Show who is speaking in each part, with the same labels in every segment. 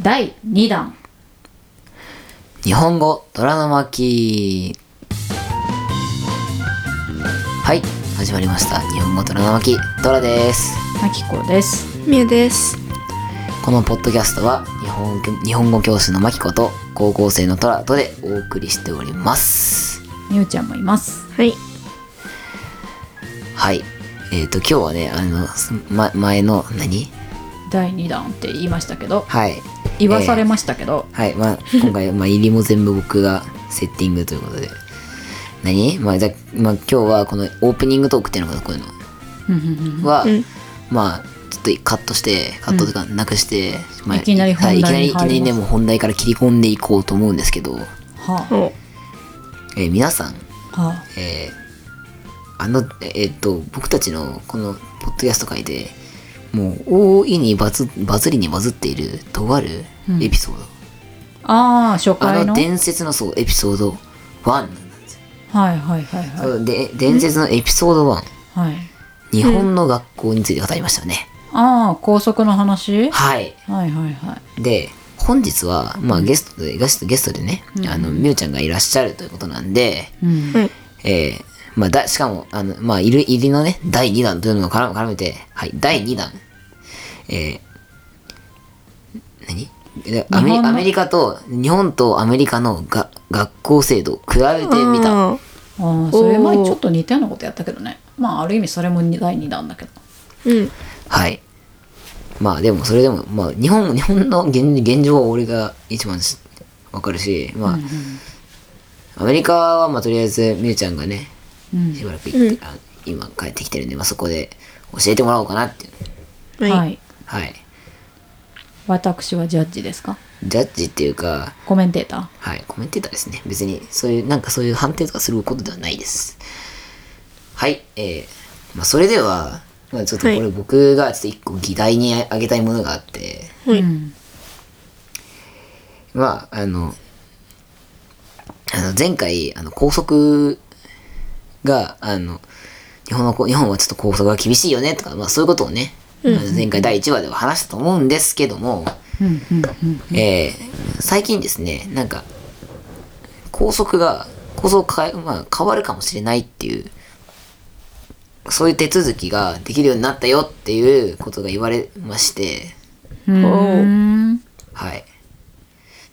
Speaker 1: 第2弾
Speaker 2: 日本語虎の巻はい始まりました日本語虎の巻虎です
Speaker 1: まきこです
Speaker 3: みゆです
Speaker 2: このポッドキャストは日本日本語教師の巻子と高校生の虎とでお送りしております
Speaker 1: みゆちゃんもいます
Speaker 3: はい
Speaker 2: はいえっ、ー、と今日はねあの、すま、前の何
Speaker 1: 第2弾って言いましたけど
Speaker 2: はい
Speaker 1: 言わされましたけど、
Speaker 2: はい、まあ、今回、まあ、入りも全部僕がセッティングということで。何まあ、じゃあ、まあ、今日はこのオープニングトークっていうのかな、こういう
Speaker 1: うんうんうん
Speaker 2: のは、
Speaker 3: うん
Speaker 2: まあ、ちょっとカットして、カットとかなくして、まあ、
Speaker 1: いきなり本題に
Speaker 2: はいいきなり、いきなり
Speaker 1: 入ります
Speaker 2: ね、もう本題から切り込んでいこうと思うんですけど、
Speaker 1: は
Speaker 3: お
Speaker 2: えー皆さん、
Speaker 1: あ、はあ、
Speaker 2: えーあの、えーえーっと、僕たちのこのポッドキャスト界で、もう、大いにバズ、バズりにバズっている、とあるエピソード。
Speaker 1: あー初
Speaker 2: あ
Speaker 1: 回の
Speaker 2: の伝説のそうエピソード1なんですよ
Speaker 1: はいはいはいはい
Speaker 2: そうで伝説のエピソード1
Speaker 1: はい
Speaker 2: 日本の学校について語りましたよね、
Speaker 1: ああ高速の話
Speaker 2: はい
Speaker 1: はいはいはい
Speaker 2: で本日は、まあ、ゲストでゲストゲストでね、あのみゆちゃんがいらっしゃるということなんで、
Speaker 1: うん
Speaker 3: はい
Speaker 2: えーまあ、だしかもあの、まあ、入り入りのね第2弾というのを絡め絡めてはい第2弾えー何でアメリ
Speaker 1: 日本の
Speaker 2: アメリカと日本とアメリカのが学校制度比べてみた
Speaker 3: あー
Speaker 1: ああそれ前ちょっと似たようなことやったけどねまあある意味それも第2弾だけど
Speaker 3: うん
Speaker 2: はい。まあでもそれでも、まあ日本、日本の現現状は俺が一番しわかるし、まあ、アメリカはまあとりあえずみゆちゃんがね、
Speaker 1: うん
Speaker 2: しばらく行って、あ今帰ってきてるんで、まあそこで教えてもらおうかなっていう。
Speaker 3: はい、
Speaker 1: はい
Speaker 2: はい。
Speaker 1: 私はジャッジですか
Speaker 2: ジャッジっていうか、
Speaker 1: コメンテータ
Speaker 2: はい、コメンテーターですね。別に、そういう、なんかそういう判定とかすることではないです。はい、えー、まあそれでは、まあちょっとこ
Speaker 3: は
Speaker 2: れ僕がちょっと一個議題にあげたいものがあって、
Speaker 1: ー、うん、
Speaker 2: まあ、あの、あの前回、あの、校則が、あの、日本のこ、日本はちょっと校則が厳しいよね、とか、まあそういうことをね、あの前回第1話では話したと思うんですけども、
Speaker 1: うんうんうん
Speaker 2: えー最近ですね、なんか、校則が、校則変え、まあ変わるかもしれないっていう、そういう手続きができるようになったよっていうことが言われまして、
Speaker 1: うん
Speaker 2: はい。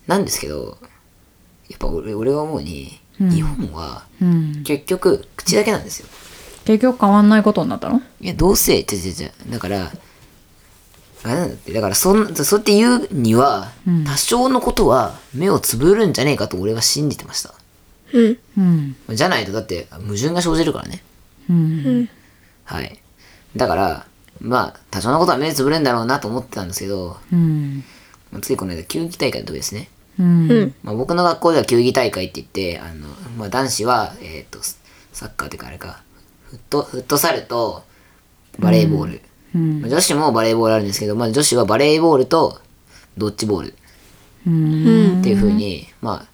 Speaker 2: なんですけど、やっぱ俺俺は思うに、日本は
Speaker 1: うん
Speaker 2: 結局口だけなんですよ。
Speaker 1: 結局変わんないことになったの
Speaker 2: いや、どうせ、ちゃちゃちゃ、だから、あれなんだって、だからそん、そうやって言うには、多少のことは目をつぶるんじゃねえかと俺は信じてました。
Speaker 3: うん
Speaker 1: うん
Speaker 2: じゃないとだって矛盾が生じるからね。
Speaker 1: うん
Speaker 2: はい。だから、まあ、多少のことは目つぶるんだろうなと思ってたんですけど、
Speaker 1: うん
Speaker 2: ついこの間、球技大会の時ですね。
Speaker 1: うん
Speaker 3: うん
Speaker 2: まあ、僕の学校では球技大会って言ってあの、まあ、男子は、えー、とスサッカーというかあれかフットフットサルとバレーボール、
Speaker 1: うん
Speaker 2: まあ女子もバレーボールあるんですけど、まあ、女子はバレーボールとドッジボールっ
Speaker 1: うん
Speaker 3: うん
Speaker 2: ていう風に、まあ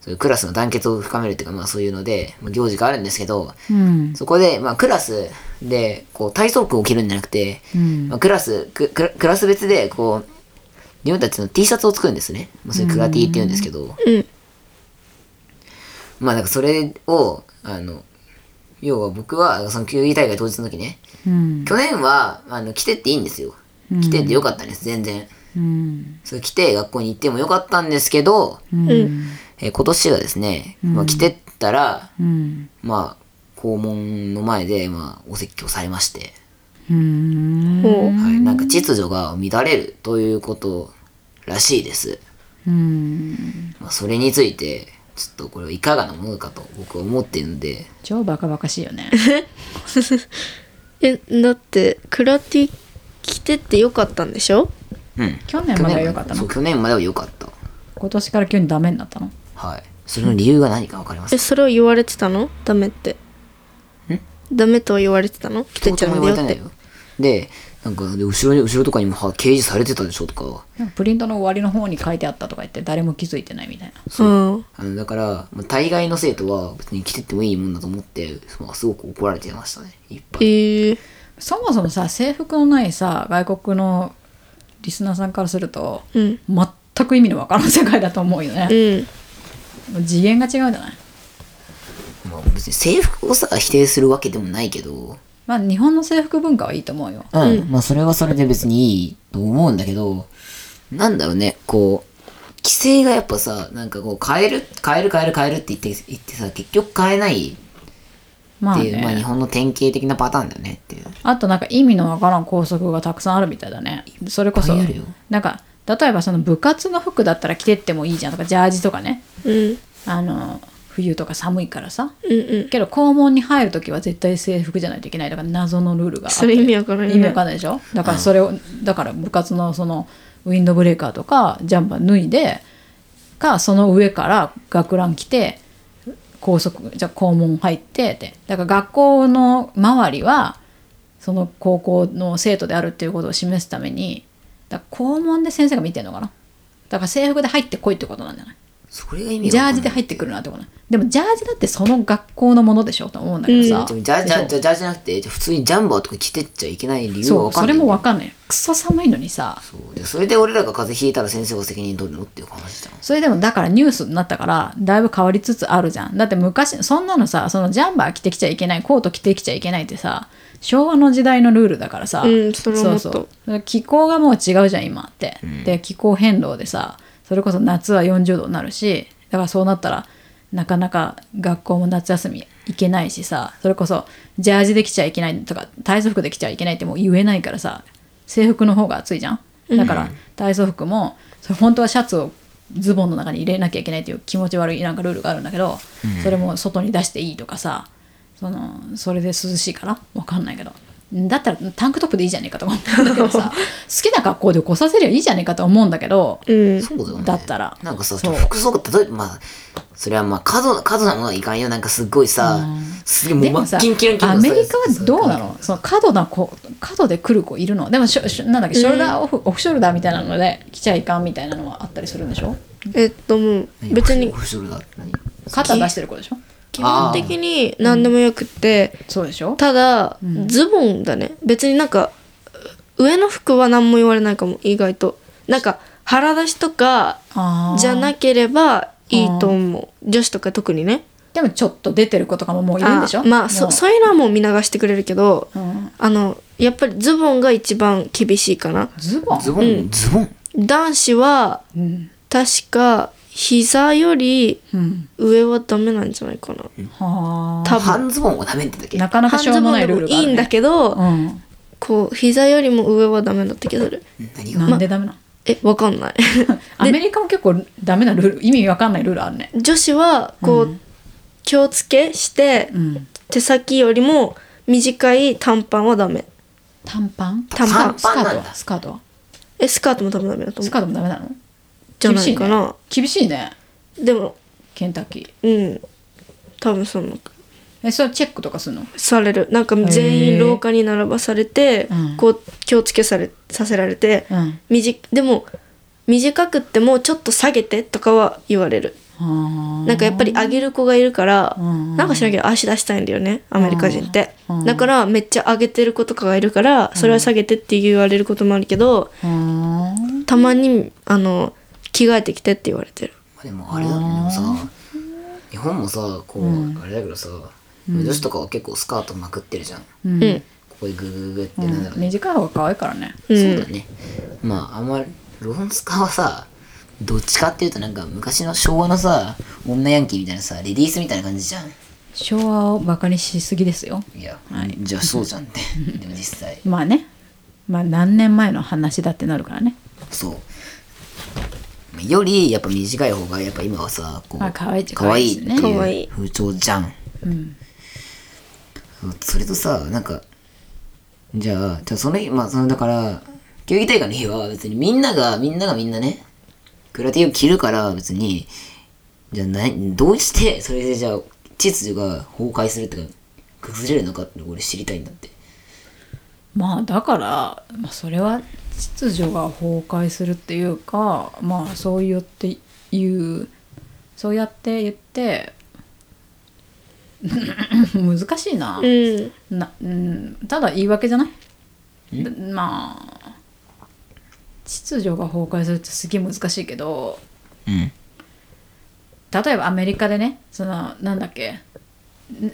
Speaker 2: そういうクラスの団結を深めるっていうか、まあ、そういうので、まあ、行事があるんですけど
Speaker 1: うん
Speaker 2: そこで、まあ、クラスでこう体操服を着るんじゃなくて、
Speaker 1: うん
Speaker 2: まあ、クラスククラクラス別でこう自分たちの T シャツを作るんですね、まあ、それクラティって言うんですけど、
Speaker 3: うん
Speaker 2: まあなんかそれを、あの、要は僕は、その球技大会当日の時ね、
Speaker 1: うん
Speaker 2: 去年は、あの、着てっていいんですよ。着てってよかったんです、全然。
Speaker 1: うん
Speaker 2: それ着て学校に行ってもよかったんですけど、
Speaker 1: うん
Speaker 2: えー今年はですね、まあ着てったら、
Speaker 1: うん
Speaker 2: まあ、校門の前で、まあ、お説教されまして、
Speaker 1: うん
Speaker 3: ほう
Speaker 2: はい、なんか秩序が乱れるということらしいです。
Speaker 1: うん
Speaker 2: まあ、それについて、ちょっとこれはいかがなものかと僕は思っているので、
Speaker 1: 超バカバカしいよね
Speaker 3: えだってクラティ着てってよかったんでしょ
Speaker 2: うん。
Speaker 1: 去年までは良かった
Speaker 2: そ
Speaker 1: の
Speaker 2: う、去年までは良かった。
Speaker 1: 今年から急にダメになったの
Speaker 2: はい。それの理由が何か分かります
Speaker 3: えそれを言われてたのダメってダメとは言われてたの着て
Speaker 2: 一
Speaker 3: ちゃ
Speaker 2: 言
Speaker 3: う
Speaker 2: も
Speaker 3: ん
Speaker 2: 言
Speaker 3: だ
Speaker 2: わ
Speaker 3: よ
Speaker 2: れて
Speaker 3: っ
Speaker 2: ない
Speaker 3: て
Speaker 2: よ。で、なんか、で後ろに、後ろとかにも、は、掲示されてたでしょとか。
Speaker 1: なんかプリントの終わりの方に書いてあったとか言って誰も気づいてないみたいな
Speaker 2: そう
Speaker 3: うん
Speaker 2: あの、だから、まあ、大概の生徒は別に着てってもいいもんだと思って、まあ、すごく怒られてましたね。いっぱい。
Speaker 3: えー、
Speaker 1: そもそもさ制服のないさ外国のリスナーさんからすると、
Speaker 3: うん
Speaker 1: 全全く意味のわからん世界だと思うよね
Speaker 3: う、ん
Speaker 1: 次元が違うじゃない
Speaker 2: まあ、別に制服をさ否定するわけでもないけど
Speaker 1: まあ日本の制服文化はいいと思うよ
Speaker 2: うん、まあそれはそれで別にいいと思うんだけどなんだろうねこう規制がやっぱさなんかこう変える変える変える変えるって言って言ってさ結局変えないっ
Speaker 1: まあ
Speaker 2: ていう、まあ、日
Speaker 1: ね
Speaker 2: 本の典型的なパターンだよねっていう
Speaker 1: あとなんか意味のわからん校則がたくさんあるみたいだねそれこそ
Speaker 2: いっぱいあるよ
Speaker 1: なんか例えばその部活の服だったら着てってもいいじゃんとかジャージとかね
Speaker 3: うん
Speaker 1: あの冬とか寒いからさ
Speaker 3: うんうん
Speaker 1: けど校門に入る時は絶対制服じゃないといけないとか謎のルールがあって
Speaker 3: それ意味わからんよね
Speaker 1: 意味わかんないでしょだからそれを、だから部活のそのウィンドブレーカーとかジャンパー脱いでかその上から学ラン着て校則じゃあ校門入ってってだから学校の周りはその高校の生徒であるっていうことを示すためにだから校門で先生が見てんのかなだから制服で入ってこいってことなんじゃない
Speaker 2: それが意味
Speaker 1: ジ
Speaker 2: わ
Speaker 1: ャ
Speaker 2: か
Speaker 1: ー
Speaker 2: んな
Speaker 1: ジ
Speaker 2: い
Speaker 1: で入ってくるなってことねでもジャージだってその学校のものでしょと思うんだけどさ、
Speaker 2: でもジャージジャージジャージじゃなくて普通にジャンバーとか着てっちゃいけない理由が
Speaker 1: そ
Speaker 2: わ
Speaker 1: う
Speaker 2: か
Speaker 1: そ
Speaker 2: んな
Speaker 1: れ
Speaker 2: い
Speaker 1: もわかんないクソ寒いのにさ
Speaker 2: そうでそれで俺らが風邪ひいたら先生が責任取るのっていう話じゃん
Speaker 1: それでもだからニュースになったからだいぶ変わりつつあるじゃんだって昔そんなのさそのジャンバー着てきちゃいけないコート着てきちゃいけないってさ昭和の時代のルールだからさ、
Speaker 3: うんそれ思った
Speaker 1: う気候がもう違うじゃん今って、で気候変動でさそれこそ夏は40度になるしだからそうなったらなかなか学校も夏休み行けないしさそれこそジャージできちゃいけないとか体操服できちゃいけないってもう言えないからさ制服の方が暑いじゃんだから体操服もそれ本当はシャツをズボンの中に入れなきゃいけないっていう気持ち悪いなんかルールがあるんだけど、それも外に出していいとかさそのそれで涼しいからわかんないけどだったらタンクトップでいいじゃねえかとか思うんだけど さ好きな格好で起こさせりゃいいじゃねえかと思うんだけど、
Speaker 3: うん
Speaker 2: そうだよね
Speaker 1: だったら
Speaker 2: なんかさ
Speaker 1: そう
Speaker 2: 服装が例えばまあそれはまあ過度過度なものはいかんよなんかすごいさすげえ
Speaker 1: で
Speaker 2: もう
Speaker 1: も
Speaker 2: 真
Speaker 1: さ
Speaker 2: っキンキンキン
Speaker 1: ア
Speaker 2: のさ
Speaker 1: メリカはどうなのその過度な子過度で来る子いるのでもしょしょなんだっけショルダーオフ、オフショルダーみたいなので来ちゃいかんみたいなのはあったりするんでしょ
Speaker 3: えっともう
Speaker 2: 何
Speaker 3: 別に
Speaker 2: オフショルダーって何
Speaker 1: 肩出してる子でしょ
Speaker 3: 基本的に何でもよくって
Speaker 1: そうでしょ
Speaker 3: ただズボンだね別になんか上の服は何も言われないかも意外となんか腹出しとか
Speaker 1: あー
Speaker 3: じゃなければいいと思う女子とか特にね
Speaker 1: でもちょっと出てる子とかももういるんでしょ
Speaker 3: あまあ
Speaker 1: も
Speaker 3: そうそういうのはもう見流してくれるけど、
Speaker 1: ん
Speaker 3: あのやっぱりズボンが一番厳しいかな
Speaker 1: ズボン
Speaker 2: ズボン、ズボン
Speaker 3: 男子は
Speaker 1: うん、
Speaker 3: 確か膝より
Speaker 1: うん、
Speaker 3: 上はダメなんじゃないかな
Speaker 1: は
Speaker 3: 多分
Speaker 2: 半ズボンはダメってだけ
Speaker 1: なかなか
Speaker 3: 半
Speaker 1: しょう
Speaker 3: ズ
Speaker 1: も
Speaker 3: ボン
Speaker 1: ない
Speaker 3: で
Speaker 1: ルー
Speaker 3: も
Speaker 1: ル
Speaker 3: い
Speaker 1: があ
Speaker 3: い
Speaker 1: る、ね、
Speaker 3: んだけど、こう膝よりも上はダメだった気がする
Speaker 2: 何
Speaker 1: うん、
Speaker 2: が
Speaker 1: なんでダメなの
Speaker 3: えわかんない
Speaker 1: アメリカも結構ダメなルール意味わかんないルールあるね
Speaker 3: 女子はこう、気をつけして、
Speaker 1: うん
Speaker 3: 手先よりも短い短パンはダメ
Speaker 1: 短パン
Speaker 3: 短パン
Speaker 1: スカ
Speaker 2: 短パ
Speaker 1: ー
Speaker 2: ンなん
Speaker 1: ト
Speaker 2: だ
Speaker 1: はスカートは
Speaker 3: えスカートも多分ダメだと思
Speaker 1: ス
Speaker 3: う
Speaker 1: カートもダメなの
Speaker 3: じゃないかな
Speaker 1: 厳しいね
Speaker 3: でも
Speaker 1: ケンタッキー
Speaker 3: うん多分その
Speaker 1: えそれチェックとかするの
Speaker 3: されるなんか全
Speaker 1: へ
Speaker 3: 員
Speaker 1: ー
Speaker 3: 廊下に並ばされて、
Speaker 1: うん
Speaker 3: こう気をつけされさせられて、
Speaker 1: うん
Speaker 3: みじでも短くってもちょっと下げてとかは言われるなんかやっぱり上げる子がいるから、
Speaker 1: ん
Speaker 3: なんかしなきゃ足出したいんだよねアメリカ人って、
Speaker 1: うん
Speaker 3: だからめっちゃ上げてる子とかがいるからそれは下げてって言われることもあるけど、
Speaker 1: は
Speaker 3: たまにあの着替えてきてって言われてる
Speaker 2: まあでもあれだねでもさ日本もさこう、あれだけどさ女子とかは結構スカートまくってるじゃん、
Speaker 1: うん、
Speaker 3: うん
Speaker 2: ここでググググってなんだろうね、
Speaker 1: 短い方が可愛いからね
Speaker 3: うん
Speaker 2: そうだねまああんまりロンスカはさどっちかっていうとなんか昔の昭和のさ女ヤンキーみたいなさレディースみたいな感じじゃん
Speaker 1: 昭和をバカにしすぎですよ
Speaker 2: いや、じゃあそうじゃんって でも実際
Speaker 1: まあねまあ何年前の話だってなるからね
Speaker 2: そうよりやっぱ短い方がやっぱ今はさこう、
Speaker 1: まあ可愛い
Speaker 2: 可愛いっ
Speaker 1: 可愛いで
Speaker 2: て
Speaker 1: すね
Speaker 3: 可
Speaker 2: い
Speaker 3: 愛
Speaker 2: う
Speaker 3: い
Speaker 2: 風潮じゃん
Speaker 1: うん
Speaker 2: それとさなんかじゃあじゃあその日まあそのだから球技大会の日は別にみんながみんながみんなねグラティを着るから別にじゃあなどうしてそれでじゃあ秩序が崩壊するっていうか崩れるのかって俺知りたいんだって
Speaker 1: まあだから、まあ、それは秩序が崩壊するっていうかまあそう言って言うそうやって言って 難しいな,、
Speaker 3: うん
Speaker 1: なうん、ただ言い訳じゃないまあ秩序が崩壊するってすげえ難しいけど
Speaker 2: うん。
Speaker 1: 例えばアメリカでねそのなんだっけ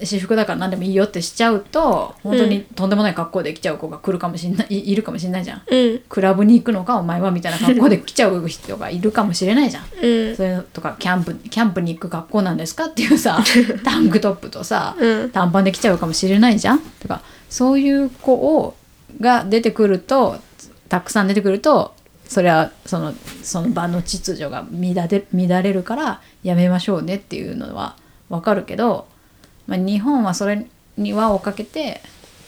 Speaker 1: 私服だから何でもいいよってしちゃうと本当
Speaker 3: う
Speaker 1: に
Speaker 3: ん
Speaker 1: とんでもない格好で来ちゃう子が来るかもしんないいいるかもしんないじゃん
Speaker 3: うん
Speaker 1: クラブに行くのかお前はみたいな格好で来ちゃう人がいるかもしれないじゃん
Speaker 3: うん
Speaker 1: それとかキャンプキャンプに行く学校なんですかっていうさタンクトップとさ、
Speaker 3: うん
Speaker 1: 短パンで来ちゃうかもしれないじゃんとかそういう子をが出てくるとたくさん出てくるとそれはそのその場の秩序が乱れ乱れるからやめましょうねっていうのはわかるけど、まあ、日本はそれに輪をかけて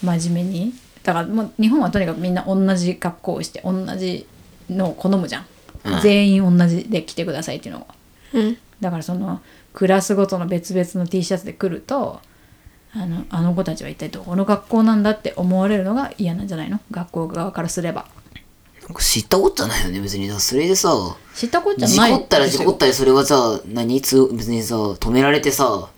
Speaker 1: 真面目にだからもう日本はとにかくみんな同じ格好をして同じのを好むじゃん、
Speaker 2: うん
Speaker 1: 全員同じで来てくださいっていうのを
Speaker 3: うん
Speaker 1: だからそのクラスごとの別々の T シャツで来るとあのあの子たちは一体どこの学校なんだって思われるのが嫌なんじゃないの学校側からすれば
Speaker 2: なんか知ったこっちゃないよね、別に。だからそれでさ、
Speaker 1: 知ったこっちゃ
Speaker 2: 事
Speaker 1: ない
Speaker 2: 故ったら事故ったたり、それはさ、何つ別にさ、止められてさ、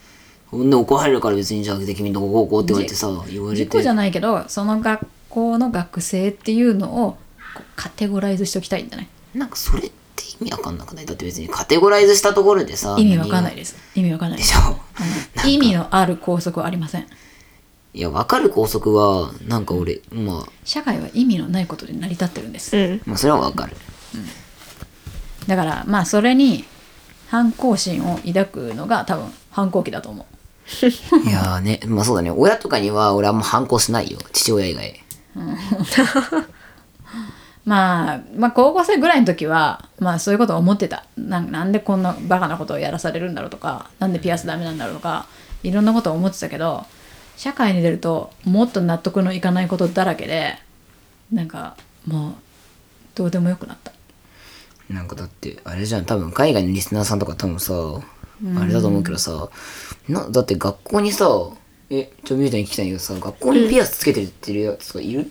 Speaker 2: ほんで怒られるから別にじゃあ、で君どここうこうって言われてさ、言われて。
Speaker 1: 事故じゃないけどその学校の学生っていうのをこうカテゴライズしておきたいんじゃない
Speaker 2: なんかそれって意味わかんなくないだって別にカテゴライズしたところでさ、
Speaker 1: 意味わかんない
Speaker 2: 何が
Speaker 1: です意味わかんない
Speaker 2: で
Speaker 1: で
Speaker 2: し
Speaker 1: す
Speaker 2: ょ。
Speaker 1: あの意味のある校則はありません
Speaker 2: いや、わかる校則は、なんか俺、まあ、
Speaker 1: 社会は意味のないことで成り立ってるんです
Speaker 3: うん
Speaker 2: まあそれはわかる。
Speaker 1: だからまあそれに反抗心を抱くのが多分反抗期だと思う
Speaker 2: いやーね、まあそうだね。親とかには俺あんま反抗しないよ。父親以外。
Speaker 1: まあ、まあ高校生ぐらいの時は、まあ、そういうこと思ってたなんなんでこんなバカなことをやらされるんだろうとかなんでピアスダメなんだろうとかいろんなことを思ってたけど社会に出るともっと納得のいかないことだらけでなんかもうどうでもよくなった
Speaker 2: なんかだって、あれじゃん、多分海外のリスナーさんとか多分さ、あれだと思うけどさ、な、だって学校にさ、え、ちょ、ミュートに聞きたいんだけどさ、学校にピアスつけてるってるやつがいる、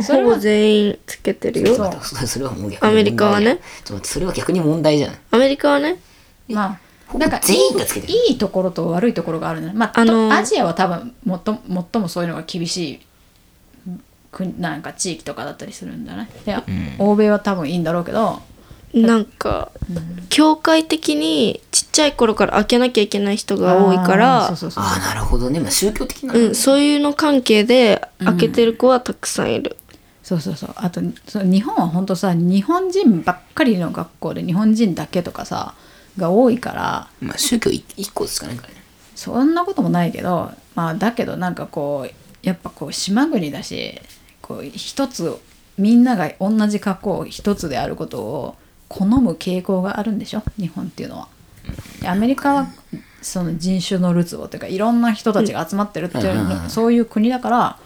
Speaker 1: それ
Speaker 3: ほ
Speaker 1: は
Speaker 3: ぼ全員つけてる
Speaker 2: ちょっ
Speaker 3: よ
Speaker 2: と待ってそれそれはもう逆に問題
Speaker 3: アメリカはね。
Speaker 2: ちょっと待って、それは逆に問題じゃん。
Speaker 3: アメリカはね
Speaker 1: まあ
Speaker 2: ほぼ
Speaker 1: なんか
Speaker 2: 全員がつけてる
Speaker 1: いいいいところと悪いところがあるんだねまあ、と
Speaker 3: あのー
Speaker 1: アジアは多分もっと最もそういうのが厳しい国なんか地域とかだったりするんだねで、欧米は多分いいんだろうけど
Speaker 3: なんか、教会的にちっちゃい頃から開けなきゃいけない人が多いか
Speaker 1: あ
Speaker 3: ら
Speaker 1: ーそうそうそう
Speaker 2: ああ、なるほどね。まあ宗教的なの、
Speaker 3: うん、そういうの関係で開けてる子はたくさんいる。
Speaker 1: そうそうそうあとその日本は本当さ日本人ばっかりの学校で日本人だけとかさが多いから
Speaker 2: まあ宗教い一個しかないからね。
Speaker 1: そんなこともないけどまあだけどなんかこうやっぱこう島国だしこう一つみんなが同じ格好を一つであることを好む傾向があるんでしょ日本っていうのは。でアメリカはその人種のルツボというかいろんな人たちが集まってるっていう
Speaker 2: うんう
Speaker 1: の
Speaker 2: んうんうん
Speaker 1: そういう国だから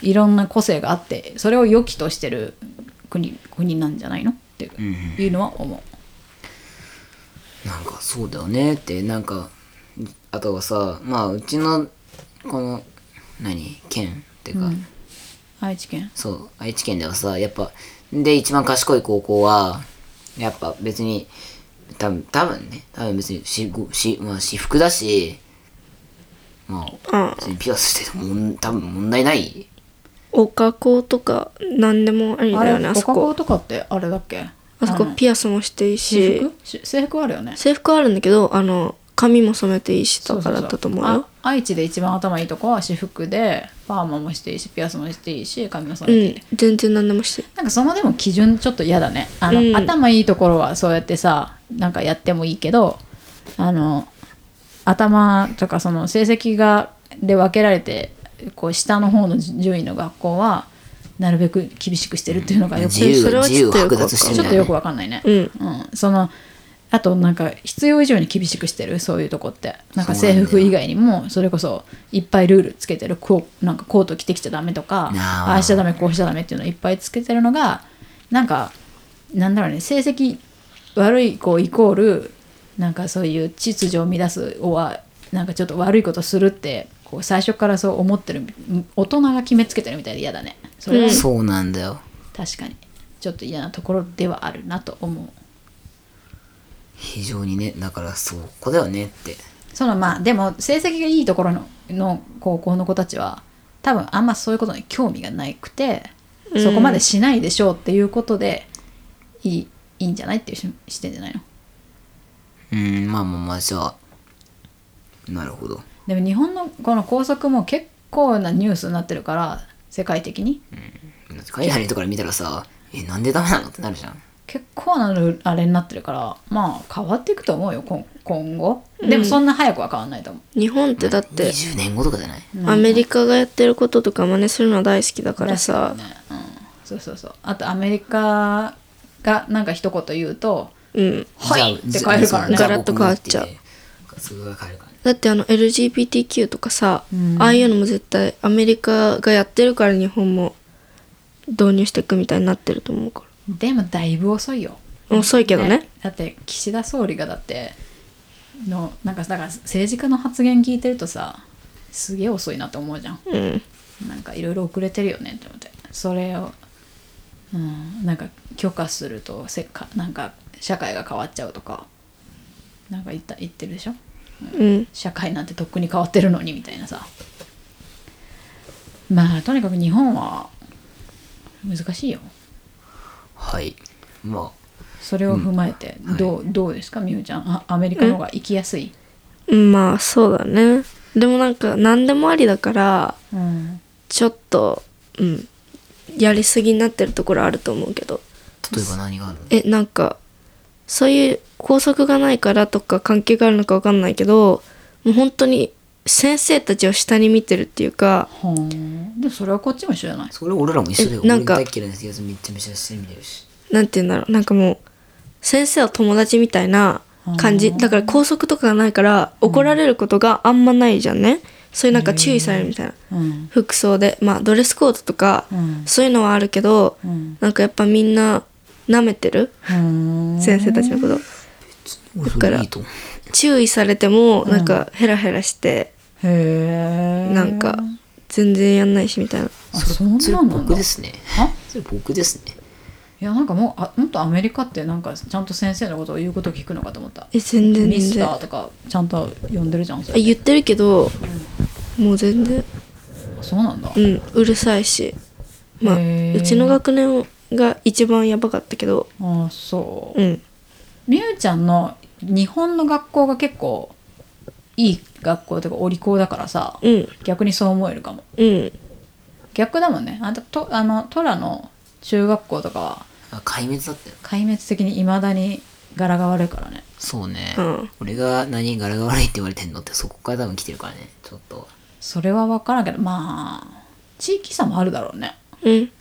Speaker 1: いろんな個性があってそれを良きとしてる国国なんじゃないのって
Speaker 2: ん
Speaker 1: いうのは思う。
Speaker 2: なんかそうだよねってなんかあとはさまあうちのこの何県っていうか、
Speaker 1: うん愛知県
Speaker 2: そう愛知県ではさやっぱで一番賢い高校はやっぱ別に多分多分ね多分別にしごし、まあ、私服だしま
Speaker 3: うん
Speaker 2: あ別にピアスしててももん多分問題ない
Speaker 3: お加工とか何でもあり
Speaker 1: あ
Speaker 3: だよね
Speaker 1: れ
Speaker 3: あ
Speaker 1: お
Speaker 3: そ
Speaker 1: かこ
Speaker 3: こ
Speaker 1: とかってあれだっけ
Speaker 3: あそこピアスもしていい
Speaker 1: 制
Speaker 3: し
Speaker 1: 服し制服あるよね
Speaker 3: 制服あるんだけどあの髪も染めていいしだからだったと思うよ
Speaker 1: あ愛知で一番頭いいとこは私服でパーマもしていいしピアスもしていいし髪も染めていい、
Speaker 3: うん全然何でもして
Speaker 1: なんかそのでも基準ちょっと嫌だねあの、
Speaker 3: うん
Speaker 1: 頭いいところはそうやってさなんかやってもいいけどあの頭とかその成績がで分けられてこう下の方の順位の学校はなるべく厳しくしてるっていうのがよく
Speaker 2: 自由
Speaker 3: それは
Speaker 2: 自
Speaker 3: ち
Speaker 2: 由
Speaker 3: ょ
Speaker 2: を
Speaker 3: っとよく
Speaker 2: 剥奪してるん
Speaker 1: ちょっ
Speaker 2: だ
Speaker 1: とよ
Speaker 2: よ
Speaker 1: く
Speaker 2: ね
Speaker 1: わかんないね。
Speaker 3: うん
Speaker 1: そのあとなんか必要以上に厳しくしてるそういうとこってなんか
Speaker 2: そうな
Speaker 1: 制
Speaker 2: んだよ
Speaker 1: 服以外にもそれこそいっぱいルールつけてるこうなんかコート着てきちゃダメとか
Speaker 2: あー
Speaker 1: ああしちゃダメこうしちゃダメっていうのいっぱいつけてるのがなんかなんだろうね成績悪い子イコールなんかそういう秩序を乱すおはなんかちょっと悪いことするってこう最初からそう思ってる大人が決めつけてるみたいで嫌だねそれは
Speaker 2: そうなんだよ
Speaker 1: 確かにちょっと嫌なところではあるなと思う
Speaker 2: 非常にねだからそうこだよねって
Speaker 1: そのまあでも成績がいいところのの高校の子たちは多分あんまそういうことに興味がなくてそこまでしないでしょうっていうことでいいいいんじゃないっていうし視点じゃないの
Speaker 2: うんまあまあまあじゃあなるほど
Speaker 1: でも日本のこの校則も結構なニュースになってるから世界的に
Speaker 2: だって海外の人から見たらさえなんでダメなのってなるじゃん
Speaker 1: 結構なるあれになってるからまあ変わっていくと思うよ今今後でもそんな早くは変わんないと思う、
Speaker 3: 日本ってだって
Speaker 2: 20年後とかじゃない
Speaker 3: アメリカがやってることとか真似するのは大好きだからさ
Speaker 1: ねうん、そうそうそうあとアメリカがなんか一言言うと
Speaker 3: うん
Speaker 1: 「はい!」って変えるからね
Speaker 3: ガラッと変わっちゃう
Speaker 2: そこが変わるからね
Speaker 3: だってあの LGBTQ とかさ、ああいうのも絶対アメリカがやってるから日本も導入していくみたいになってると思うか
Speaker 1: でもだいぶ遅いよ
Speaker 3: ら遅いけどね
Speaker 1: だって岸田総理がだってのなんかだから政治家の発言聞いてるとさすげえ遅いなって思うじゃん
Speaker 3: うん
Speaker 1: なんかいろいろ遅れてるよねって思ってそれを、うん、なんか許可するとせっかなんか社会が変わっちゃうとかなんか言った言ってるでしょ
Speaker 3: うん
Speaker 1: 社会なんてとっくに変わってるのにみたいなさまあとにかく日本は難しいよ
Speaker 2: はいま
Speaker 1: それを踏まえてどう,、どうですかみゆちゃんあアメリカの方が行きやすい、
Speaker 3: うんまあそうだねでもなんか何でもありだから
Speaker 1: うん、
Speaker 3: ちょっとうんやりすぎになってるところあると思うけど
Speaker 2: あ例えば何があるの
Speaker 3: えなんかそういう校則がないからとか関係があるのか分かんないけどもう本当に先生たちを下に見てるっていうか
Speaker 1: ほんでそれはこっちも一緒じゃない
Speaker 2: それ俺らも一緒だよ
Speaker 3: えなんか
Speaker 2: 俺大嫌いなやつめっちゃめちゃしてみてるし
Speaker 3: なんて言うんだろうなんかもう先生は友達みたいな感じだから校則とかがないから怒られることがあんまないじゃんね、そういうなんか注意されるみたいな
Speaker 1: うん
Speaker 3: 服装でまあドレスコードとか、
Speaker 1: うん
Speaker 3: そういうのはあるけど、
Speaker 1: うん
Speaker 3: なんかやっぱみんな舐めてる
Speaker 1: うん
Speaker 3: 先生たちのこと
Speaker 2: 俺そ
Speaker 3: だか
Speaker 2: れ
Speaker 3: ら
Speaker 2: いいと思う
Speaker 3: 注意されてもなんかヘラヘラして、
Speaker 1: へえ
Speaker 3: なんか全然やんないしみたいな
Speaker 1: あそん
Speaker 2: それ
Speaker 1: なんなん
Speaker 2: 僕
Speaker 1: だ
Speaker 2: ですね
Speaker 1: あ
Speaker 2: それ僕ですね
Speaker 1: いやなんかもうあもっとアメリカってなんかちゃんと先生のことを言うことを聞くのかと思った
Speaker 3: え全然
Speaker 1: ミ
Speaker 3: 全
Speaker 1: スタ
Speaker 3: 然
Speaker 1: ー
Speaker 3: あ
Speaker 1: とかちゃんと呼んでるじゃんそれ
Speaker 3: 言ってるけど、もう全然
Speaker 1: そうなんだ
Speaker 3: うんうるさいしまあ
Speaker 1: へー
Speaker 3: うちの学年が一番やばかったけど
Speaker 1: ああそう
Speaker 3: うん
Speaker 1: みゆちゃんの日本の学校が結構いい学校というかお利口だからさ
Speaker 3: うん
Speaker 1: 逆にそう思えるかも
Speaker 3: うん
Speaker 1: 逆だもんねあんたとあのトラの中学校とかは
Speaker 2: あ壊滅だったよ
Speaker 1: 壊滅的にいまだに柄が悪いからね
Speaker 2: そうね、
Speaker 3: うん
Speaker 2: 俺が何柄が悪いって言われてんのってそこから多分来てるからねちょっと
Speaker 1: それは分からんけどまあ地域差もあるだろうね
Speaker 3: うん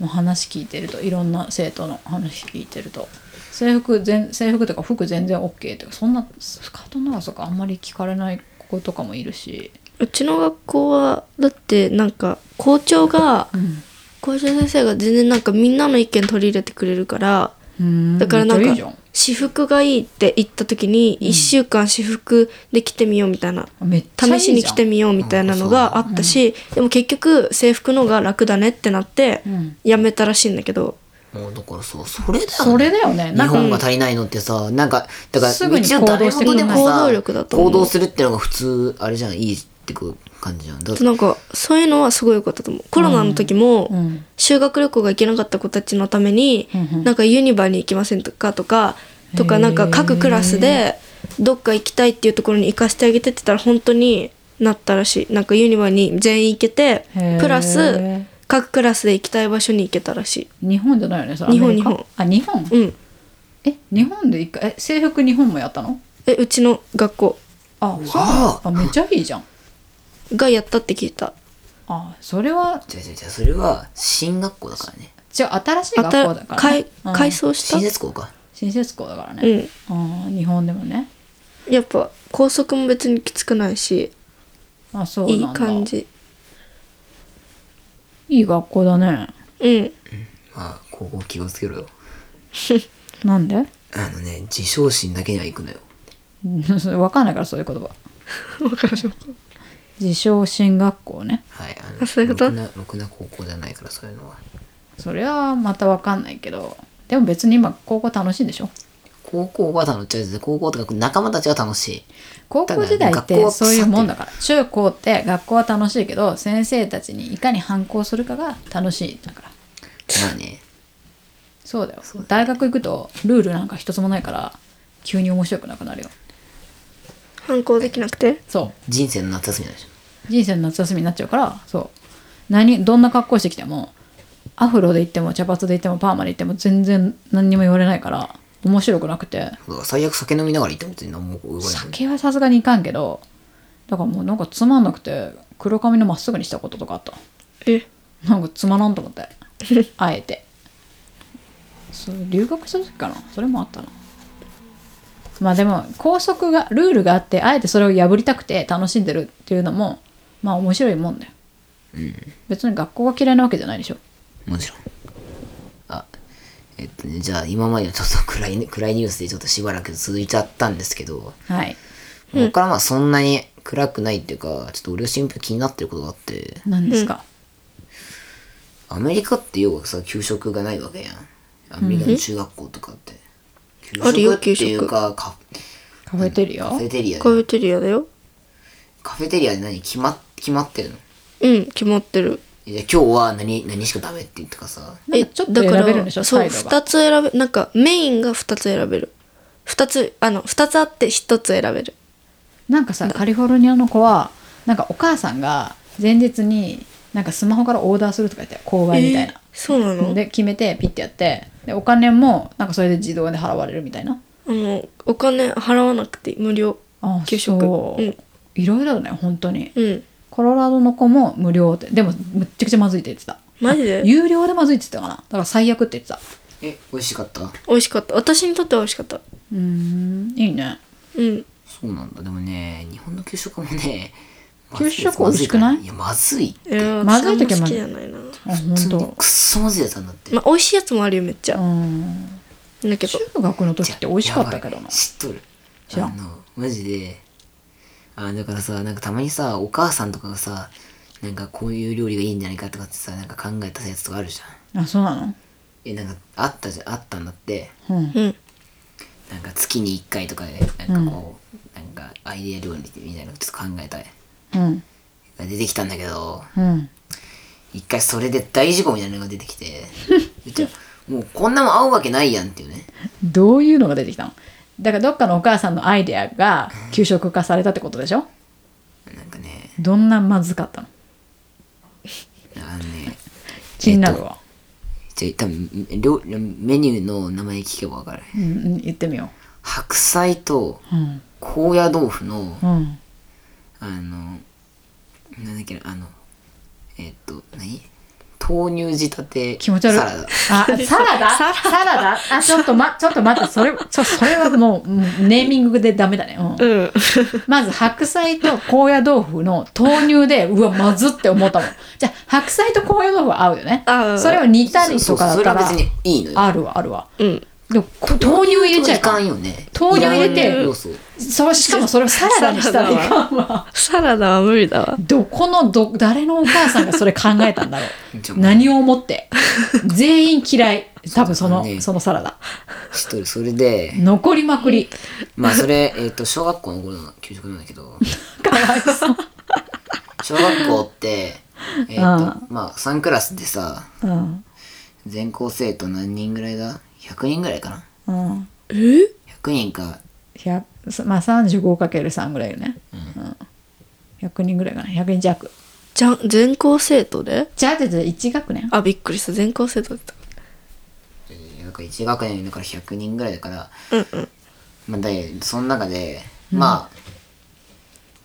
Speaker 1: もう話聞いてるといろんな生徒の話聞いてると制服全制服とか服全然 OK とかそんなスカートの長さとかあんまり聞かれない子とかもいるし、
Speaker 3: うちの学校はだってなんか校長が、校長先生が全然なんかみんなの意見取り入れてくれるから
Speaker 1: うん
Speaker 3: だからな
Speaker 1: めっちゃい
Speaker 3: ん
Speaker 1: いじゃ
Speaker 3: か私服がいいって言った時に1週間私服で着てみようみたいな
Speaker 1: めっちゃいいじゃん
Speaker 3: 試しに着てみようみたいなのがあったしでも結局制服の方が楽だねってなって
Speaker 1: ん
Speaker 3: やめたらしいんだけど
Speaker 2: もうだからそうそれだよ、ね、
Speaker 1: それだよね
Speaker 2: 日
Speaker 1: なんか
Speaker 2: 本が足りないのってさなんかだから
Speaker 1: すぐに
Speaker 2: 一応誰もでも
Speaker 3: 行動してくれな
Speaker 2: さ
Speaker 3: い行動力だと思う
Speaker 2: 行動するってのが普通あれじゃんいいってこう感じじゃんだ
Speaker 3: なんかそういうのはすごい良かったと思うコロナの時
Speaker 1: う
Speaker 3: も
Speaker 1: ん
Speaker 3: 修学旅行が行けなかった子たちのために
Speaker 1: うんうん
Speaker 3: なんかユニバに行きませんかとかと
Speaker 1: へ
Speaker 3: か
Speaker 1: ー
Speaker 3: なんか各クラスでどっか行きたいっていうところに行かせてあげてって言ったら本当になったらしいなんかユニバに全員行けて
Speaker 1: へー
Speaker 3: プラス各クラスで行きたい場所に行けたらし
Speaker 1: 日本じゃないよねそれ
Speaker 3: 日本
Speaker 1: アメリカ
Speaker 3: 日本
Speaker 1: あ日本
Speaker 3: いうん
Speaker 1: え日本で一回え制服日本もやったの
Speaker 3: えうちの学校
Speaker 1: あそう
Speaker 2: わ
Speaker 1: あめっちゃいいじゃん
Speaker 3: がやったって聞いた
Speaker 1: あそれは
Speaker 2: じゃじゃじゃそれは新学校だからね
Speaker 1: 違う新しい
Speaker 3: あ
Speaker 1: 学
Speaker 3: た
Speaker 1: 校だから、ね
Speaker 3: 改
Speaker 1: うん
Speaker 3: 改装した
Speaker 2: 新設校か
Speaker 1: 新設校だから
Speaker 3: う
Speaker 1: ね、
Speaker 3: ん
Speaker 1: あー日本でもね
Speaker 3: やっぱ校則も別にきつくないし
Speaker 1: あそうなん
Speaker 3: い
Speaker 1: だ
Speaker 3: い感じ
Speaker 1: いい学校だ ね
Speaker 3: うん
Speaker 2: まあ高校気をつけろよ
Speaker 1: なんで
Speaker 2: あのね自称心だけには行くのよ
Speaker 1: それ分かんないからそういう言葉
Speaker 3: わかる
Speaker 1: 自称進学校ね
Speaker 2: はいあ
Speaker 3: あそういうこと
Speaker 2: ろくなろくな高校じゃないからそういうのは
Speaker 1: それはまた分かんないけどでも別に今高校楽しいんでしょ
Speaker 2: 高校は楽しい高校とか仲間たちが楽しい
Speaker 1: 高校時代ってそういうもんだから中高って学校は楽しいけど先生たちにいかに反抗するかが楽しいだから
Speaker 2: まあね
Speaker 1: そうだよ大学行くとルールなんか一つもないから急に面白くなくなるよ
Speaker 3: 反抗できなくて
Speaker 1: そ
Speaker 2: 人生の夏休みなんでしょ
Speaker 1: う人生の夏休みになっちゃうからそう何どんな格好してきてもアフロで行っても茶髪で行ってもパーマで行っても全然何にも言われないから面白くなくて
Speaker 2: だから最悪酒飲みながら行っても別に何も動かない
Speaker 1: 酒はさすがにいかんけどだからもうなんかつまんなくて黒髪のまっすぐにしたこととかあった
Speaker 3: え
Speaker 1: なんかつまらんと思ってあえてそう留学した時かなそれもあったなまあでも校則がルールがあってあえてそれを破りたくて楽しんでるっていうのもまあ面白いもんだよ、別に学校が嫌いなわけじゃないでしょ
Speaker 2: もちろんあえっとねじゃあ今までのちょっと暗いね 暗いニュースでちょっとしばらく続いちゃったんですけど
Speaker 1: はい
Speaker 2: ここからまあそんなに暗くないっていうかちょっと俺がシンプルに気になってることがあって
Speaker 1: 何ですか、
Speaker 2: アメリカって要はさ給食がないわけやんアメリカの中学校とかって、
Speaker 3: あるよ
Speaker 2: 給食っていうかカ
Speaker 1: カフェテリア
Speaker 2: カフェテリア
Speaker 3: カ
Speaker 2: で
Speaker 3: フェテリアだよ
Speaker 2: カフェテリアで何決まっ決まってるの
Speaker 3: うん決まってる
Speaker 2: いや今日は何何しかダメって言ってかさ
Speaker 1: なんかちょっと選べるんでしょ
Speaker 3: そ
Speaker 1: サ
Speaker 3: う
Speaker 1: イドが
Speaker 3: 2つ選べなんかメインが2つ選べる2つあの2つあって1つ選べる
Speaker 1: なんかさカリフォルニアの子はなんかお母さんが前日になんかスマホからオーダーするとか言って購買みたいな、
Speaker 3: えーそうなの
Speaker 1: で決めてピッてやってでお金もなんかそれで自動で払われるみたいな
Speaker 3: あのお金払わなくて無料
Speaker 1: あ
Speaker 3: 給食
Speaker 1: そう、
Speaker 3: うん
Speaker 1: いろいろだね本当に、
Speaker 3: うん
Speaker 1: コロラドの子も無料ってでもむっちゃくちゃまずいって言ってた
Speaker 3: マジで
Speaker 1: 有料でまずいって言ってたかなだから最悪って言ってた
Speaker 2: え美味しかった
Speaker 3: 美味しかった私にとっては美味しかった
Speaker 1: うーんいいね
Speaker 3: うん
Speaker 2: そうなんだでもね日本の給食もね
Speaker 1: 給食美味しくない
Speaker 2: まずいやまずい
Speaker 3: いや
Speaker 1: まずい
Speaker 3: 私
Speaker 1: 時
Speaker 3: あん
Speaker 1: はま
Speaker 3: ま好き
Speaker 1: ずい
Speaker 3: じゃないな
Speaker 1: あ
Speaker 2: 普通に
Speaker 1: 本
Speaker 2: くっそまずいやつなんだって
Speaker 3: まあ美味しいやつもあるよめっち
Speaker 1: 当う
Speaker 3: ゃ
Speaker 1: ん
Speaker 3: だけど
Speaker 1: 中学の時って美味しかったけど
Speaker 2: やば
Speaker 1: ない
Speaker 2: 知っとる
Speaker 1: 知らん
Speaker 2: あのマジであだからさなんかたまにさお母さんとかがさなんかこういう料理がいいんじゃないかとかってさなんか考えたやつとかあるじゃん
Speaker 1: あそうな
Speaker 2: えなんかあったじゃんあったんだって
Speaker 1: のうん
Speaker 3: うん
Speaker 2: なんか月に1回とかでなんかこう、なんかアイデア料理みたいなのちょっと考えたい
Speaker 1: うん
Speaker 2: が出てきたんだけど
Speaker 1: うん
Speaker 2: 一回それで大事故みたいなのが出てき てじゃあもうこんなもん合うわけないやんっていうね
Speaker 1: どういうのが出てきたのだからどっかのお母さんのアイデアが給食化されたってことでしょ
Speaker 2: なんかね
Speaker 1: どんなまずかったの
Speaker 2: あのね
Speaker 1: 気になるわ、
Speaker 2: じゃあ多分料メニューの名前聞けば分かる
Speaker 1: うんうん、言ってみよ
Speaker 2: 白菜と
Speaker 1: ううん
Speaker 2: 高野豆腐の
Speaker 1: うん
Speaker 2: あのなんだっけなあのえっと何豆乳仕立て
Speaker 1: 気持ち悪い
Speaker 2: サラダ
Speaker 1: あ、サラダサラダあ、ちょっとま、ちょっと待って、それ、ちょ、それはもう、うんネーミングでダメだね。うん。
Speaker 3: うん
Speaker 1: まず、白菜と高野豆腐の豆乳で、うわ、まずって思ったもん。じゃあ、白菜と高野豆腐は合うよね。
Speaker 3: 合う
Speaker 1: それを煮たりとかだ
Speaker 2: そうそうそ
Speaker 1: っ
Speaker 2: れ
Speaker 1: た
Speaker 2: は別
Speaker 1: ら、
Speaker 2: にいいのよ
Speaker 1: あるわ、あるわ。
Speaker 3: うん
Speaker 1: でも、こ豆乳入れちゃ
Speaker 2: いか
Speaker 1: うん
Speaker 2: よね
Speaker 1: 豆乳入れて
Speaker 2: いらん要素
Speaker 1: それしかもそれをサラダにしたらいかんわ。
Speaker 3: サラダは無理だわ
Speaker 1: どこのど、誰のお母さんがそれ考えたんだろ
Speaker 2: ちょ
Speaker 1: う。何を思 って。全員嫌い。多分その、
Speaker 2: そうだね
Speaker 1: そのサラダ。
Speaker 2: 知っとるそれで
Speaker 1: 残りまくり。
Speaker 2: まあそれ、えっと小学校の頃の給食なんだけど
Speaker 1: かわいそう。
Speaker 2: 小学校 ってえっと
Speaker 1: あ
Speaker 2: まあ3クラスでさ
Speaker 1: うん。
Speaker 2: 全校生徒何人ぐらいだ100人ぐらいかな
Speaker 1: うん。
Speaker 3: え
Speaker 2: 100人か
Speaker 1: 100まあ 35×3 ぐらいよね。うん。100人ぐらいかな。100人弱。
Speaker 3: じゃん全校生徒で
Speaker 1: じゃあ、じゃあじゃあ1学年。
Speaker 3: あびっくりした全校生徒だった
Speaker 2: えーだから1学年だから100人ぐらいだから、
Speaker 3: うんうん
Speaker 2: まあ、だいその中で、まあ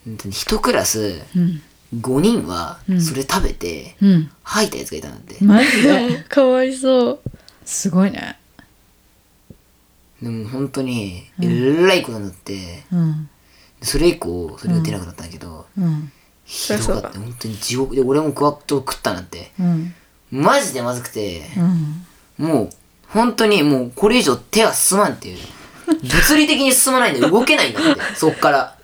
Speaker 2: うんと1クラス
Speaker 1: うん。
Speaker 2: 5人はそれ食べて、
Speaker 1: うん。
Speaker 2: 吐いたやつがいたんだって、
Speaker 1: マジで。
Speaker 3: かわいそう
Speaker 1: すごいね。
Speaker 2: でも本当にえらいことになって、
Speaker 1: うん。
Speaker 2: それ以降それが出なくなったんだけど、
Speaker 1: うん。
Speaker 2: ひど
Speaker 3: そり
Speaker 2: か
Speaker 3: ゃそ
Speaker 2: っ
Speaker 3: うだ
Speaker 2: た本当に地獄で俺もクワッと食ったんだって
Speaker 1: うん。
Speaker 2: マジでまずくて、
Speaker 1: うん。
Speaker 2: もう本当にもうこれ以上手が進まんっていう物理的に進まないんで動けないんだってそっから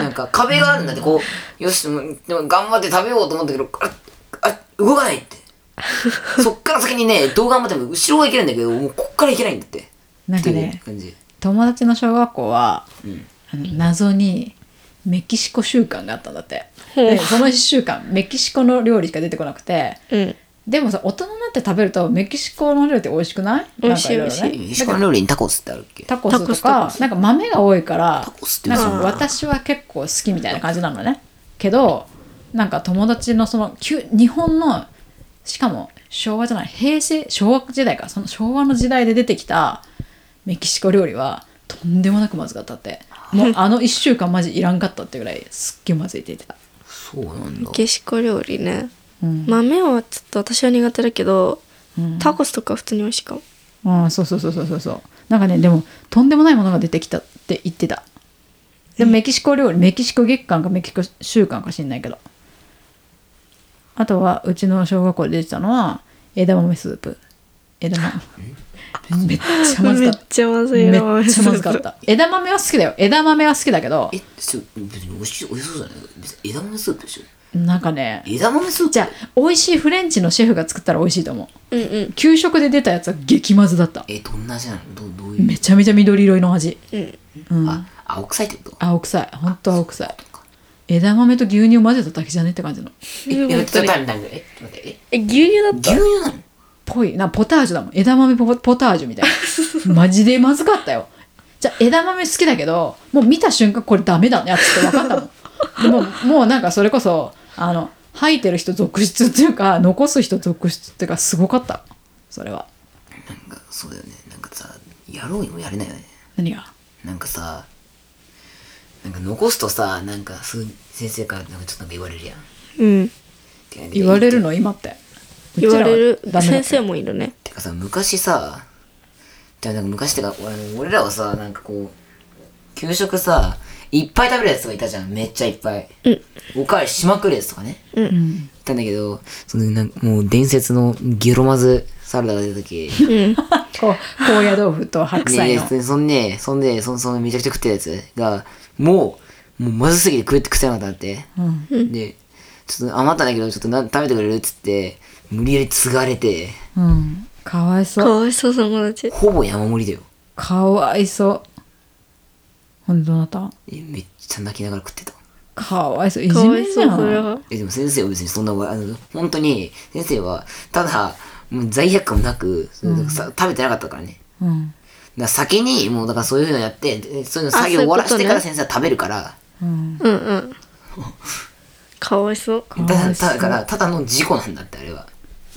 Speaker 2: なんか壁があるんだってこうよしもうでも頑張って食べようと思ったけどああ動かないってそっから先にねどう頑張っても後ろはいけるんだけどもうこっからいけないんだって
Speaker 1: なんか
Speaker 2: ってい
Speaker 1: ね
Speaker 2: う、感じ
Speaker 1: 友達の小学校は、
Speaker 2: ん
Speaker 1: あの謎にメキシコ習慣があったんだって。
Speaker 3: ほう
Speaker 1: でその1週間、メキシコの料理しか出てこなくて、
Speaker 3: うん
Speaker 1: でもさ、大人になって食べるとメキシコの料理って美味しくない
Speaker 3: 美味しい
Speaker 1: なんかろろね
Speaker 3: 美
Speaker 2: メキシコの料理にタコスってあるっけ
Speaker 1: タコスと
Speaker 3: タコスタ
Speaker 1: か
Speaker 3: コス
Speaker 1: なんか豆が多いから
Speaker 2: タコスって
Speaker 1: なん
Speaker 2: さ
Speaker 1: か私は結構好きみたいな感じなのねけどなんか友達のそのきゅ日本のしかも昭和じゃない平成昭和時代かその昭和の時代で出てきたメキシコ料理はとんでもなくまずかったってもうあの1週間マジいらんかったってぐらいすっげえまずいって言ってた
Speaker 2: そうなんだ
Speaker 3: メキシコ料理ね、豆はちょっと私は苦手だけど、タコスとか普通に美味しいかも
Speaker 1: うんそうそうそうそうそうそうなんかねでもとんでもないものが出てきたって言ってたでもメキシコ料理メキシコ月間かメキシコ週間か知んないけどあとはうちの小学校で出てたのは枝豆スープ枝豆めっちゃまず
Speaker 3: め
Speaker 1: か
Speaker 3: っ
Speaker 1: った
Speaker 3: ちゃまずい
Speaker 1: めっ
Speaker 3: な
Speaker 1: ちゃまずかった枝豆は好きだよ枝豆は好きだけど
Speaker 2: えそう別に美味しい美味しそうじゃない別に枝豆スープでしょ
Speaker 1: なんかね
Speaker 2: 枝豆スープ
Speaker 1: じゃあ美味しいフレンチのシェフが作ったら美味しいと思う
Speaker 3: うんうん
Speaker 1: 給食で出たやつは激まずだった
Speaker 2: えどんな味なのどうどういう
Speaker 1: めちゃめちゃ緑色の味
Speaker 3: うん
Speaker 2: あ青臭いってこと
Speaker 1: 青臭い本当青臭い枝豆と牛乳を混ぜただけじゃねって感じの
Speaker 2: え
Speaker 3: うん
Speaker 2: え
Speaker 3: 本
Speaker 2: ち
Speaker 3: 当
Speaker 2: ょっ
Speaker 3: に
Speaker 2: と待って待ってえ待ってえ
Speaker 3: え牛乳だっ
Speaker 2: 牛
Speaker 3: た
Speaker 2: 乳なの
Speaker 1: ぽいなポタージュだもん枝豆ポポタージュみたい なマジでまずかったよじゃあ枝豆好きだけどもう見た瞬間これダメだねって分かったもんでももうなんかそれこそあの吐いてる人続出っていうか残す人続出っていうかすごかったそれは
Speaker 2: なんかそうだよねなんかさやろうにもやれないよね
Speaker 1: 何が
Speaker 2: なんかさなんか残すとさなんかす先生からなんかちょっとなんか言われるやん
Speaker 3: うん
Speaker 2: て
Speaker 1: 言われるの今ってうち
Speaker 3: 言
Speaker 1: らは
Speaker 3: われる
Speaker 1: ダメだった
Speaker 3: 先生もいるね
Speaker 2: てかさ昔さじゃあなんか昔ってか俺俺らはさなんかこう給食さいっぱい食べるやつがいたじゃんめっちゃいっぱい、おかわりしまくるやつとかね、いたんだけどそのなんかもう伝説のゲロまずサラダが出た時
Speaker 1: こう高野豆腐と白菜の、
Speaker 2: ねそんで、そんで、そんそんめちゃくちゃ食ってたやつが、もう、もうまずすぎて食えて食ってなかったなって。で、ちょっと余ったんだけど、ちょっとな食べてくれるっつって、無理やり継がれて、
Speaker 1: うん、かわいそう
Speaker 3: かわいそう友達
Speaker 2: ほぼ山盛りだよ。
Speaker 1: かわいそうほんとどうなった
Speaker 2: えめっちゃ泣きながら食ってた。
Speaker 1: かわいそうい
Speaker 3: か
Speaker 1: じ
Speaker 3: わ
Speaker 1: め
Speaker 3: い
Speaker 1: じ
Speaker 3: そ
Speaker 1: ゃ
Speaker 3: うそれ
Speaker 1: ん
Speaker 3: は
Speaker 2: え、でも先生は別にそんなわ、あの、本当に、先生は、ただ、もう罪悪感もなく、そのさ食べてなかったからね。
Speaker 1: うん
Speaker 2: だから先に、もうだからそういうのやって、でそういうの
Speaker 3: あ
Speaker 2: 作業
Speaker 3: そ
Speaker 2: 終
Speaker 3: ういうこ
Speaker 2: わ
Speaker 3: と
Speaker 2: らせて
Speaker 3: ね
Speaker 2: から先生は食べるから、
Speaker 1: うん
Speaker 3: うんうんかわいそう
Speaker 1: わい
Speaker 2: た
Speaker 1: そう
Speaker 2: だ、ただから、ただの事故なんだって、あれは。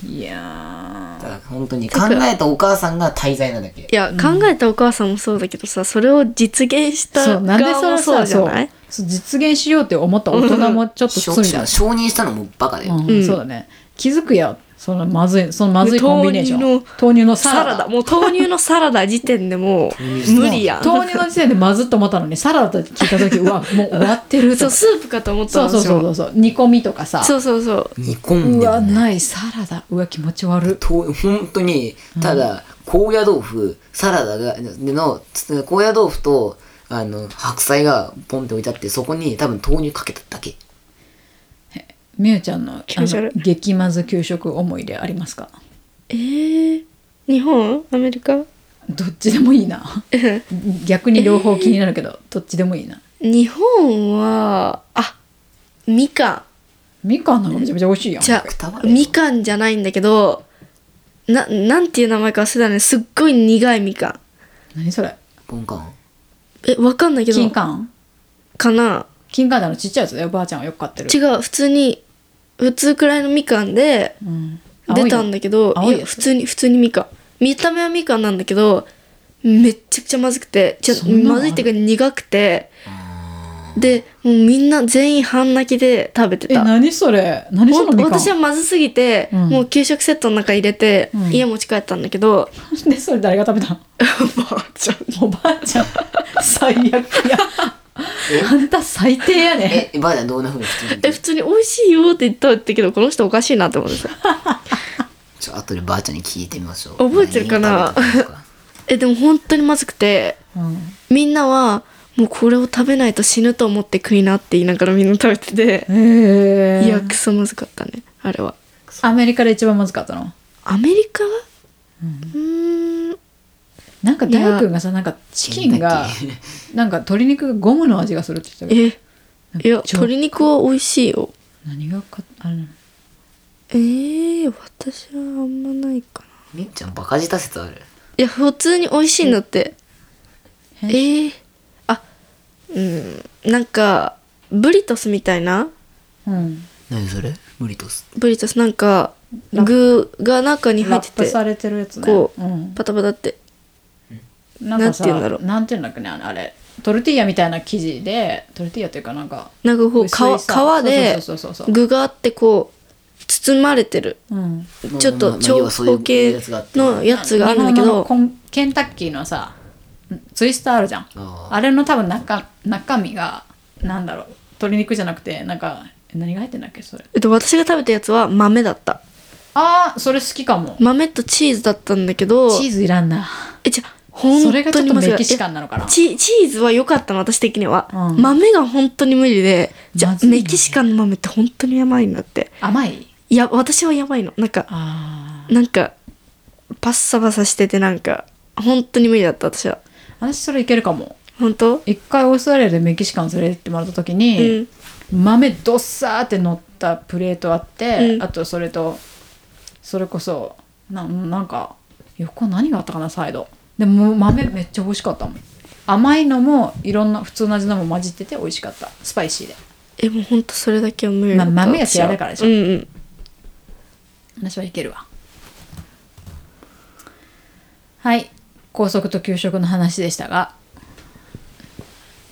Speaker 1: いや
Speaker 2: ただ本当に考えたお母さんが滞在なんだっけ
Speaker 3: いや考えたお母さんもそうだけどさそれを実現し
Speaker 1: ーそ
Speaker 3: た
Speaker 1: うなんで
Speaker 3: 側
Speaker 1: そ
Speaker 3: も
Speaker 1: れ
Speaker 3: そ
Speaker 1: さ
Speaker 3: うじゃ
Speaker 1: そう
Speaker 3: ない
Speaker 1: そう実現しようって思った大人もちょっと
Speaker 2: 承
Speaker 1: 罪だ、
Speaker 2: 承認したのもバカだよ、
Speaker 1: うんそうだね気づくやそのまずいそのまずい
Speaker 3: ね
Speaker 1: コンビネーション
Speaker 3: 豆乳の
Speaker 1: 豆乳のサラ
Speaker 3: サラ
Speaker 1: ダ
Speaker 3: ダもう豆乳のサラダ時点でもう無理やん
Speaker 1: 豆乳の時点でまずっと思ったのにサラダと聞いた時う わもう終わってる
Speaker 3: そ
Speaker 1: と
Speaker 3: うスープかと思った
Speaker 1: そう
Speaker 3: の
Speaker 1: そうそうそうそう煮込みとかさ
Speaker 3: そうそうそう
Speaker 2: 煮込ん
Speaker 1: う
Speaker 2: でも
Speaker 1: わ
Speaker 2: ね
Speaker 1: ないサラダうわ気持ち悪
Speaker 2: と本当にただ高野豆腐サラダがでのつ高野豆腐とあの白菜がポンって置いてあってそこに多分豆乳かけただけ
Speaker 1: みゆちゃんのあ
Speaker 3: 気持ち悪
Speaker 1: の
Speaker 3: い
Speaker 1: 激まず給食思い出ありますか
Speaker 3: えー、日本アメリカ
Speaker 1: どっちでもいいな逆に両方気になるけど、どっちでもいいな
Speaker 3: 日本はあみか
Speaker 1: みかんなんかめちゃめちゃ美味しいや
Speaker 3: ん
Speaker 1: ん
Speaker 3: じゃ
Speaker 2: くたばれよ
Speaker 3: みかんじゃないんだけどななんていう名前か忘れたねすっごい苦いみかん
Speaker 1: 何それ
Speaker 2: ポンカン
Speaker 3: えわかんないけど
Speaker 1: 金柑
Speaker 3: かな
Speaker 1: 金柑ってあのちっちゃいやつだよばあちゃんがよく買ってる
Speaker 3: 違う普通に普通くらいのみかんで
Speaker 1: うん、
Speaker 3: 出たんだけど
Speaker 1: 青いの
Speaker 3: いや普通に普通にみかん見た目はみかんなんだけどめっちゃくちゃまずくてちょ
Speaker 1: そんなのある
Speaker 3: まずいっていうか苦くてでもうみんな全員半泣きで食べて
Speaker 1: え
Speaker 3: た
Speaker 1: 何それ何そ
Speaker 3: ほ
Speaker 1: の
Speaker 3: ん
Speaker 1: み
Speaker 3: と
Speaker 1: かん
Speaker 3: 私はまずすぎて、
Speaker 1: うん
Speaker 3: もう給食セットの中入れて、
Speaker 1: ん
Speaker 3: 家持ち帰ったんだけど
Speaker 1: でそれ誰が食べたの
Speaker 3: ばあちゃん
Speaker 1: おばあちゃん最悪やあんた最低やね
Speaker 2: えばあちゃんどんなふうに作る
Speaker 3: え普通に美味しいよって言ったんだけどこの人おかしいなって思ってさ
Speaker 2: ちょ後でばあちゃんに聞いてみましょう
Speaker 3: 覚えてるかな
Speaker 2: 何食べたのか
Speaker 3: えでも本当にまずくてみんなはもうこれを食べないと死ぬと思って食いなって言いながらみんな食べてて
Speaker 1: へ、え
Speaker 3: いやクソまずかったねあれは
Speaker 1: アメリカで一番まずかったの
Speaker 3: アメリカはうーん
Speaker 1: なんか大工がさなんかチキンが
Speaker 2: ケンタッ
Speaker 1: なんか鶏肉がゴムの味がするって言ってたけど
Speaker 3: えいや
Speaker 1: ちょ
Speaker 3: 鶏肉は美味しいよ
Speaker 1: 何がかあれなの
Speaker 3: えー、私はあんまないかな
Speaker 2: みっちゃんバカ舌説ある
Speaker 3: いや普通に美味しいんだってえ
Speaker 1: うん
Speaker 3: ー、あうんなんかブリトスみたいな
Speaker 1: うん、
Speaker 2: 何それ無理とす
Speaker 3: ブリトスなんか
Speaker 1: ラッ
Speaker 3: 具が中に入
Speaker 1: ラ
Speaker 3: って
Speaker 1: ップ
Speaker 3: て
Speaker 1: されてるやつね
Speaker 3: こう、
Speaker 1: ん、
Speaker 3: パタパタって
Speaker 1: なんかさ
Speaker 3: なんて言うんだろう
Speaker 1: なんて言うんだっけねあのあれトルティーヤみたいな生地でトルティーヤというかなんか
Speaker 3: なんかこう
Speaker 1: 薄いさ
Speaker 3: 皮皮で
Speaker 1: そうそうそうそうそう
Speaker 3: 具があってこう包まれてる
Speaker 1: うん
Speaker 2: まあ
Speaker 3: ちょっ
Speaker 2: まあまあ
Speaker 3: と
Speaker 2: 要
Speaker 3: 長
Speaker 2: はそういう
Speaker 3: 方形
Speaker 2: やつがあって
Speaker 3: のやつがあるんだけ
Speaker 1: 日本の
Speaker 3: ど
Speaker 1: コンケンタッキーのさツイスターあるじゃん
Speaker 2: あ
Speaker 1: あ
Speaker 2: ー
Speaker 1: れの多分中中身がなんだろう鶏肉じゃなくてなんかえ何が入ってんだっけそれ
Speaker 3: えっと私が食べたやつは豆だった
Speaker 1: ああそれ好きかも
Speaker 3: 豆とチーズだったんだけど
Speaker 1: チーズいらんな
Speaker 3: えじゃ本
Speaker 1: それがち
Speaker 3: 当
Speaker 1: ょっ
Speaker 3: に
Speaker 1: と
Speaker 3: まずい
Speaker 1: メキシカンなのかな
Speaker 3: チチーズは良かったの私的には、
Speaker 1: うん
Speaker 3: 豆が本当に無理でじゃ、
Speaker 1: まずいね
Speaker 3: メキシカンの豆って本当にやばいんだって
Speaker 1: 甘い
Speaker 3: いや私はやばいのなんか
Speaker 1: あ
Speaker 3: なんかパッサパサしててなんか本当に無理だった私は
Speaker 1: あ私それいけるかも
Speaker 3: 本当
Speaker 1: 一回オーストラリアでメキシカン連れてってもらった時に、豆どっさーって乗ったプレートあって、
Speaker 3: うん
Speaker 1: あとそれとそれこそななんか横何があったかなサイドでも豆めっちゃ美味しかったもん甘いのもいろんな普通の味のも混じってて美味しかったスパイシーで
Speaker 3: えもう本当それだけは無理だった
Speaker 1: まあ豆が嫌いだ
Speaker 3: 私は
Speaker 1: からでしょ
Speaker 3: うんうん
Speaker 1: 私はいけるわはい高速と給食の話でしたが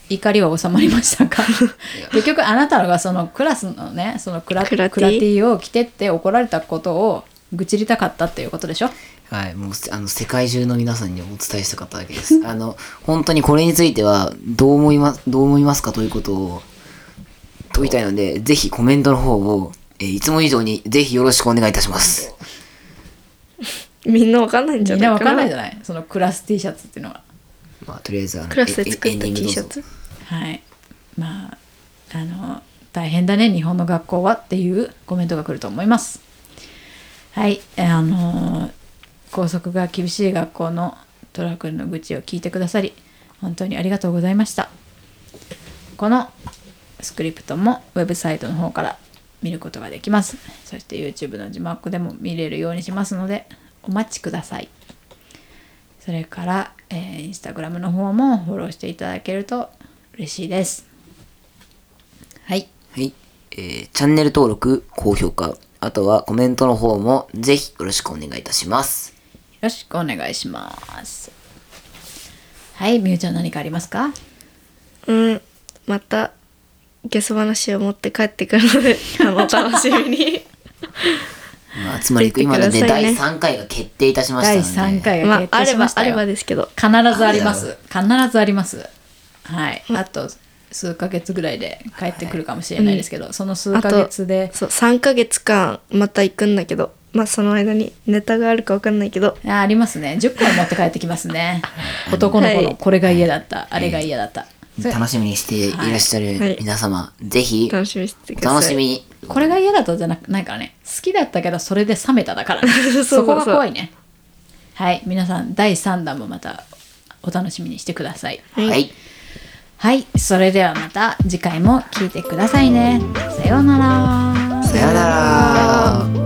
Speaker 1: 怒りは収まりましたか結局あなたがそのクラスのねそのクラ
Speaker 3: クラティ
Speaker 1: クラティを着てって怒られたことを愚痴りたかったっていうことでしょ
Speaker 2: はい、もうせあの世界中の皆さんにお伝えしたかったわけ です。あの本当にこれについてはどう思いますどう思いますかということを問いたいので、ぜひコメントの方を、えーいつも以上にぜひよろしくお願いいたします。
Speaker 3: みんなわかんないんじ
Speaker 1: みん
Speaker 3: ゃない
Speaker 1: な
Speaker 3: かな
Speaker 1: わかんないじゃないそのクラス T シャツっていうのは
Speaker 2: まあとりあえずあの
Speaker 3: クラスで作
Speaker 2: ええエ
Speaker 3: っ
Speaker 2: ン
Speaker 3: た
Speaker 2: ディン
Speaker 3: T
Speaker 2: グどうぞ
Speaker 3: シャツ
Speaker 1: はいまああの大変だね日本の学校はっていうコメントが来ると思いますはいえーあのー校則が厳しい学校のトラ君の愚痴を聞いてくださり本当にありがとうございましたこのスクリプトもウェブサイトの方から見ることができますそして YouTube の字幕でも見れるようにしますのでお待ちくださいそれから、えー、インスタグラムの方もフォローしていただけると嬉しいです。はい。
Speaker 2: はい、えーチャンネル登録、高評価、あとはコメントの方もぜひよろしくお願いいたします。
Speaker 1: よろしくお願いします。はい。みゆちゃん何かありますか
Speaker 3: うんまたゲス話を持って帰ってく るのであの楽しみに
Speaker 2: まあ、つまり
Speaker 3: ぜひ
Speaker 2: 今ので
Speaker 3: ください
Speaker 2: 第
Speaker 3: ね
Speaker 2: 3回が決定いたしましたの
Speaker 1: 第
Speaker 2: で。
Speaker 1: 3回が
Speaker 3: まあ
Speaker 1: 決
Speaker 3: あ
Speaker 1: 定
Speaker 3: れ
Speaker 1: しま
Speaker 3: ば
Speaker 1: し
Speaker 3: あ
Speaker 1: た
Speaker 3: れ
Speaker 1: よ。
Speaker 3: ばですけど
Speaker 1: 必ずあります。必ずあります。はい。あと数ヶ月ぐらいで帰ってくるかもしれないですけど、その数
Speaker 3: あ
Speaker 1: ヶ
Speaker 3: と
Speaker 1: 月で。
Speaker 3: そう3ヶ月間また行くんだけどまあその間にネタがあるか分かんないけど
Speaker 1: あありますね。10個は持って帰ってきますね。男の子
Speaker 3: は
Speaker 1: の
Speaker 3: い
Speaker 1: これが嫌だった、あれが嫌だった。それ
Speaker 2: 楽しみにしていらっしゃ
Speaker 3: は
Speaker 2: る
Speaker 3: い
Speaker 2: 皆様、ぜひ
Speaker 3: 楽しみにしててく
Speaker 2: お
Speaker 3: ださ
Speaker 2: 楽
Speaker 3: い
Speaker 2: しみに。
Speaker 1: これが嫌だったじゃなくないからね好きだったけどそれで冷めただから、ね、
Speaker 3: う そうそう
Speaker 1: そこが怖いねはい皆さん第3弾もまたお楽しみにしてください
Speaker 2: はい。
Speaker 1: はいそれではまた次回も聞いてくださいねさようなら
Speaker 2: さよなら。